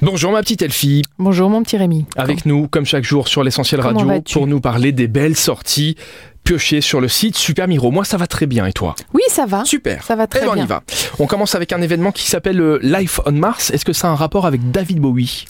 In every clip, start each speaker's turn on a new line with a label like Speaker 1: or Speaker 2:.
Speaker 1: Bonjour ma petite Elfie,
Speaker 2: Bonjour mon petit Rémi.
Speaker 1: avec nous comme chaque jour sur l'essentiel
Speaker 2: Comment
Speaker 1: radio
Speaker 2: vas-tu
Speaker 1: pour nous parler des belles sorties piochées sur le site Super Miro. Moi ça va très bien et toi
Speaker 2: Oui, ça va.
Speaker 1: Super.
Speaker 2: Ça
Speaker 1: Eh
Speaker 2: va Ah, très
Speaker 1: ben, on
Speaker 2: bien.
Speaker 1: y va. On commence avec un événement qui s'appelle euh, Life on Mars. Est-ce que ça a un rapport avec David Bowie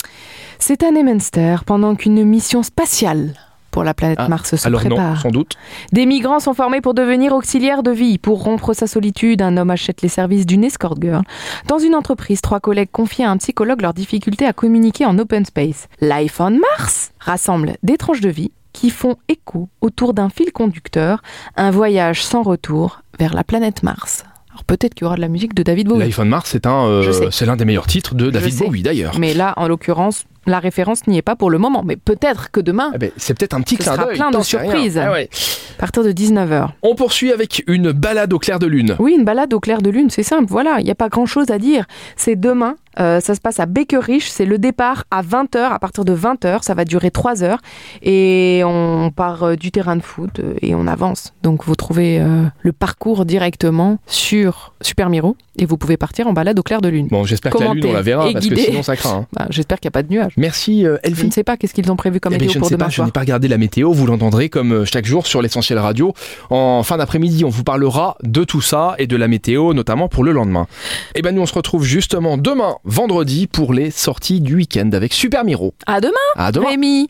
Speaker 2: C'est un Nemenster pendant qu'une mission spatiale pour la planète
Speaker 1: Ah,
Speaker 2: Mars se
Speaker 1: Alors non,
Speaker 2: prépare.
Speaker 1: sans doute.
Speaker 2: Des migrants sont formés pour devenir auxiliaires de vie. Pour rompre sa solitude, un homme achète les services d'une escort girl. Dans une entreprise, trois collègues confient à un psychologue leur difficulté à communiquer en open space. Life on Mars rassemble des tranches de vie qui font écho autour d'un fil conducteur, un voyage sans retour vers la planète Mars. Alors peut-être qu'il y aura de la musique de David Bowie.
Speaker 1: Life on Mars, c'est un, euh,
Speaker 2: Je sais.
Speaker 1: c'est l'un des meilleurs titres de David
Speaker 2: sais.
Speaker 1: Bowie d'ailleurs.
Speaker 2: Mais là, en l'occurrence, la référence n'y est pas pour le moment. Mais peut-être que demain,
Speaker 1: Eh ben, c'est peut-être un petit
Speaker 2: Ah. Ce
Speaker 1: clin
Speaker 2: sera
Speaker 1: d'œil,
Speaker 2: plein de
Speaker 1: t'en sais rien.
Speaker 2: surprises.
Speaker 1: Ah ouais.
Speaker 2: à partir de 19h.
Speaker 1: On poursuit avec une balade au clair de lune.
Speaker 2: Oui, une balade au clair de lune, c'est simple. Voilà, il n'y a pas grand-chose à dire. C'est demain. euh, ça se passe à Beckerich. C'est le départ à 20h. À partir de 20h, ça va durer 3 heures. Et on part euh, du terrain de foot euh, et on avance. Donc vous trouvez euh, le parcours directement sur Super Miro et vous pouvez partir en balade au clair de lune.
Speaker 1: Bon, j'espère que la lune
Speaker 2: Commenter
Speaker 1: on la verra
Speaker 2: et
Speaker 1: parce que
Speaker 2: guider.
Speaker 1: sinon ça craint. hein.
Speaker 2: Bah, J'espère qu'il n'y a pas de nuages.
Speaker 1: Merci euh,
Speaker 2: Je
Speaker 1: Elfie.
Speaker 2: ne sais pas qu'est-ce qu'ils ont prévu comme
Speaker 1: Eh ben,
Speaker 2: météo
Speaker 1: je ne
Speaker 2: pour
Speaker 1: sais
Speaker 2: demain
Speaker 1: pas, je
Speaker 2: soir.
Speaker 1: n'ai pas regardé la météo, vous l'entendrez comme euh, chaque jour sur l'essentiel radio. En fin d'après-midi, on vous parlera de tout ça et de la météo, notamment pour le lendemain. Et ben nous, on se retrouve justement demain, vendredi, pour les sorties du week-end avec Super Miro.
Speaker 2: À demain,
Speaker 1: À demain
Speaker 2: Rémi